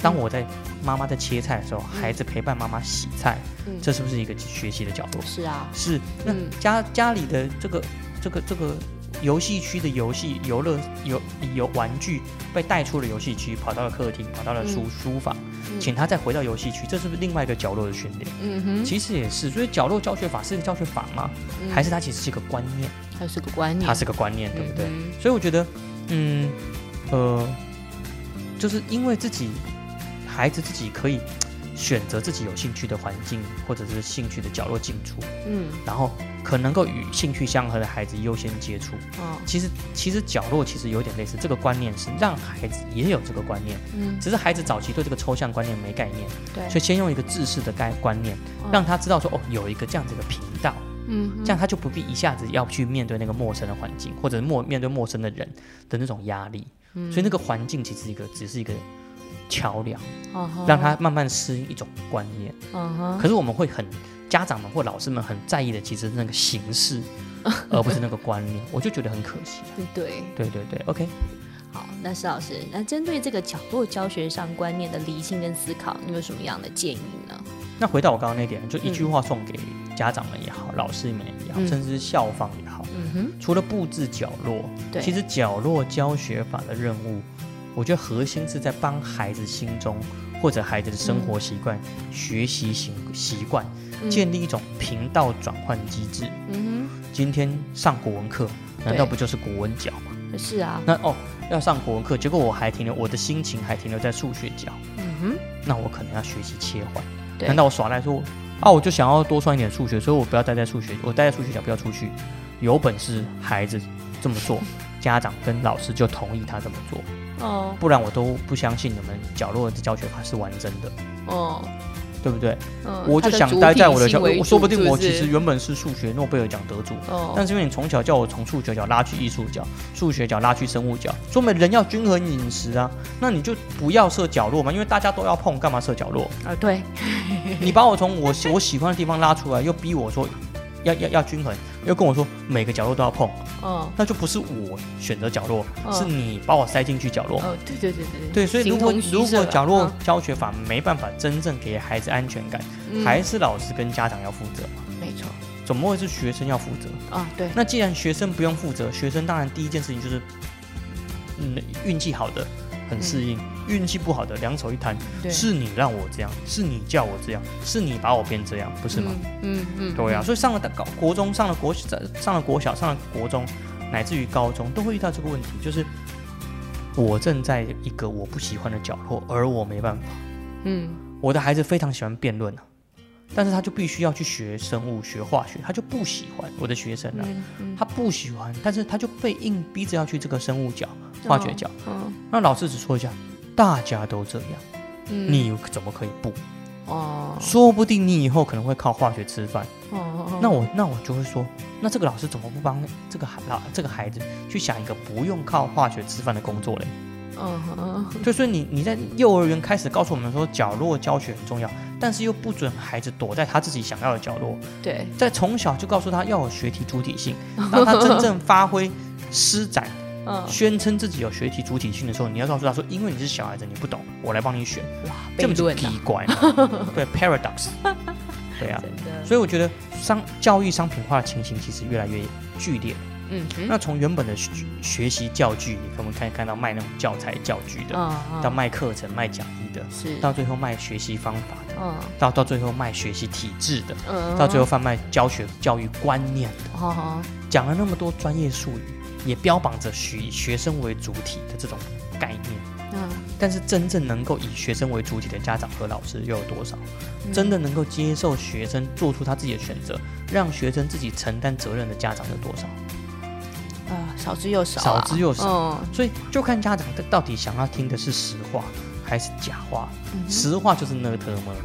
当我在妈妈在切菜的时候，孩子陪伴妈妈洗菜，
嗯
这是不是一个学习的角落？
是啊，
是，那
嗯
家家里的这个这个这个游戏区的游戏游乐游游玩具被带出了游戏区，跑到了客厅，跑到了书、书房，
嗯
请他再回到游戏区，这是不是另外一个角落的训练？
嗯哼，
其实也是，所以角落教学法是一个教学法吗？
嗯
还是它其实是一个观念？
它是个观念，
它是个观念，对不对？
嗯
所以我觉得，嗯，呃，就是因为自己孩子自己可以选择自己有兴趣的环境或者是兴趣的角落进出，
嗯
然后可能够与兴趣相合的孩子优先接触。
哦
其实，其实角落其实有点类似，这个观念是让孩子也有这个观念，
嗯
只是孩子早期对这个抽象观念没概念，
对，
所以先用一个制式的概观念，让他知道说哦，有一个这样子的频道。
嗯哼
这样他就不必一下子要去面对那个陌生的环境，或者陌面对陌生的人的那种压力。所以那个环境其实是一个只是一个桥梁，
嗯哦吼
让他慢慢适应一种观念。
嗯哼
可是我们会很家长们或老师们很在意的，其实是那个形
<laughs>
式，而不是那个观念。我就觉得很可惜。啊
嗯对。
对对对，OK，
好，那施老师，那针对这个角落教学上观念的厘清跟思考，你有什么样的建议呢？
那回到我刚刚那点，就一句话送给家长们也好，老师们也好，
嗯
甚至是校方也好，
嗯哼，
除了布置角落，
对
其实角落教学法的任务，我觉得核心是在帮孩子心中或者孩子的生活习惯、
嗯
学习习习惯，建立一种频道转换机制。
嗯
今天上国文课，难
对
道不就是国文角吗？
哼，是啊，
那哦，要上国文课，结果我还停留，我的心情还停留在数学角，
嗯哼，
那我可能要学习切换。
对
难道我耍赖说啊，我就想要多算一点数学，所以我不要待在数学，我待在数学角不要出去。有本事孩子这么做，家长跟老师就同意他这么做，
哦
不然我都不相信你们角落的教学法是完整的，
哦，
对不对？
嗯
我就
它的
想
主
待
体
在我的
性
角，
为
我说
主
不定
是
我其
是
实原本是数学诺贝尔奖得主。
哦，
但是因为你从小叫我从数学角拉去艺术角，数学角拉去生物角，说明人要均衡饮食啊，那你就不要设角落嘛，因为大家都要碰，干嘛设角落？
<laughs> 啊对，
你把我从我喜我喜欢的地方拉出来，又逼我说要要要均衡，又跟我说每个角落都要碰，
哦
那就不是我选择角落，
哦
是你把我塞进去角落。
哦，对对对对
对，所以如果
形同虚设啊嗯
如果
了
角落教学法没办法真正给孩子安全感，
嗯
还是老师跟家长要负责嘛？
嗯没错
怎么会是学生要负责？
啊，对，
那既然学生不用负责，学生当然第一件事情就是，嗯，运气好的很适应，运气不好的两手一摊，
嗯对
是你让我这样，是你叫我这样，是你把我变这样，不是吗？？
嗯嗯，嗯
对啊，，所以上了大高国中，上了国上了国小，上了国中，乃至于高中，都会遇到这个问题，就是我正在一个我不喜欢的角落，而我没办法。
嗯
我的孩子非常喜欢辩论啊，但是他就必须要去学生物、学化学，他就不喜欢我的学生啊，
嗯嗯
他不喜欢，但是他就被硬逼着要去这个生物角、
哦
化学角。
嗯
那老师只说一下，大家都这样，
嗯，
你怎么可以不？
哦
说不定你以后可能会靠化学吃饭。
哦哦，
那我那我就会说，那这个老师怎么不帮这个孩老这个孩子去想一个不用靠化学吃饭的工作嘞？
嗯
就所以你你在幼儿园开始告诉我们说角落教学很重要，但是又不准孩子躲在他自己想要的角落，
对，
在从小就告诉他要有学题主体性，当他真正发挥施展，
嗯，
宣称自己有学题主体性的时候，你要告诉他说，因为你是小孩子，你不懂，我来帮你选，
哇，
这
悖
么就
论啊
奇
<laughs>
怪嘛，对 paradox，对啊，
真的，
所以我觉得商教育商品化的情形其实越来越剧烈。
嗯嗯，
那从原本的学学习教具，你可能看看到卖那种教材教具的，
嗯
到卖课程、卖讲义的，
是，
到最后卖学习方法的，
嗯
到到最后卖学习体制的，
嗯，
到最后贩卖教学教育观念的，
哦，哦
讲了那么多专业术语，也标榜着学学生为主体的这种概念。
嗯
但是真正能够以学生为主体的家长和老师又有多少？
嗯
真的能够接受学生做出他自己的选择，让学生自己承担责任的家长有多少？
啊，少之又少啊，
少之又少
嗯
所以就看家长他到底想要听的是实话还是假话。
嗯
实话就是那特么，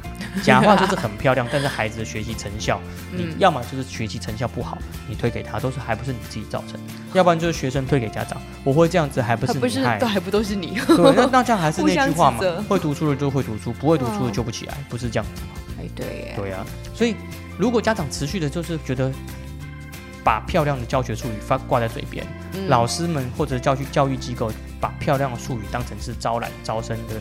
假话就是很
<laughs>
漂亮，但是孩子的学习成效，你
嗯
要么就是学习成效不好，你推给他都是还不是你自己造成的，要不然就是学生推给家长，我会这样子还不
还
是
不是
你害
都。还不都是你？啊
对，那那这样还是
<laughs> 互
那
相
句话嘛
指责，
会读书的就会读书，不会读书的就不起来，不是这样子吗？
<laughs> 哎，对耶，
对啊，所以如果家长持续的就是觉得把漂亮的教学术语发挂在嘴边，
嗯
老师们或者教育教育机构把漂亮的术语当成是招揽招生的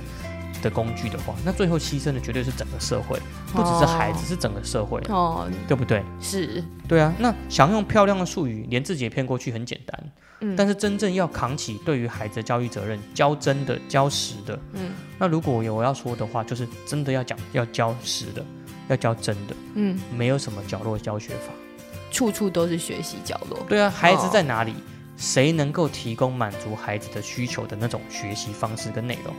的工具的话，那最后牺牲的绝对是整个社会，不只是孩子，
哦
是整个社会，
哦，
对不对？
是，
对啊，那想用漂亮的术语，连自己也骗过去，很简单。
嗯
但是真正要扛起对于孩子的教育责任，教真的，教实的。
嗯
那如果有我要说的话，就是真的要讲，要教实的，要教真的，
嗯，
没有什么角落教学法。
处处都是学习角落，
对啊，孩子
哦
在哪里？谁能够提供满足孩子的需求的那种学习方式跟内容，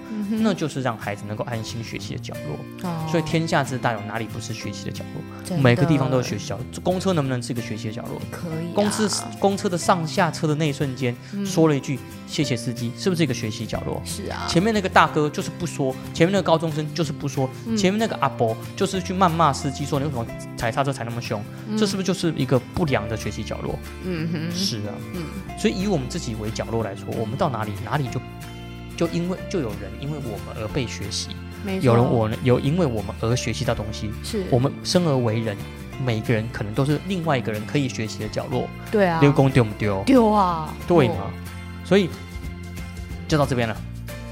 那就是让孩子能够安心学习的角落。
嗯哦
所以天下之大，有哪里不是学习的角落？
真
每个地方都有
的
学习角落。公车能不能是一个学习的角落？
可以啊，
公司公车的上下车的那一瞬间，
嗯
说了一句“谢谢司机”，是不是一个学习角落？
是啊，
前面那个大哥就是不说，前面那个高中生就是不说，
嗯
前面那个阿伯就是去谩骂司机说你为什么踩刹车踩那么凶，这是不是就是一个不良的学习角落？
嗯哼，
是啊，所以以我们自己为角落来说，我们到哪里哪里就就因为就有人因为我们而被学习，
没错，
有人我有因为我们而学习到东西，
是
我们生而为人。每个人可能都是另外一个人可以学习的角落，
对啊，
丢工丢不丢？
丢啊，
对
哦 <laughs>
嘛？所以就到这边了，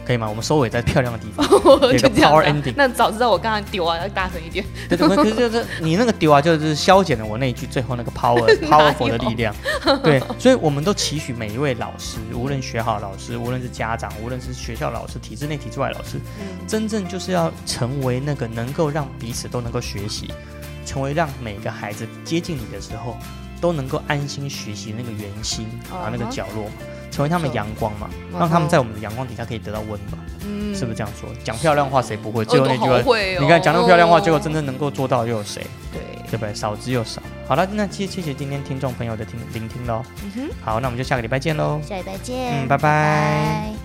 可以吗？我们收尾在漂亮的地方。
就
有个
这样
power
子啊
ending
那早知道我刚刚丢啊，要大声一点。
对对，可是就是你那个丢啊，就是消减了我那一句最后那
<laughs>
个 power powerful 的力量。对，所以我们都期许每一位老师，无论学好老师，无论是家长，无论是学校老师、体制内、体制外老师，
嗯
真正就是要成为那个能够让彼此都能够学习，成为让每个孩子接近你的时候都能够安心学习那个圆心啊、那个
嗯哼
角落嘛，成为他们
没错
阳光嘛，
嗯
让他们
哼
在我们的阳光底下可以得到温暖，
嗯
是不是这样说？讲漂亮话谁不会？
哦
最后
都
那句
好
话。
会哦
你看讲那么漂亮话，结果
哦
真正能够做到又有谁？
对，
对不对？少之又少。好了，那谢谢谢今天听众朋友的听聆听喽。
嗯哼。
好，那我们就下个礼拜见喽。
下礼拜见，
嗯，拜拜
拜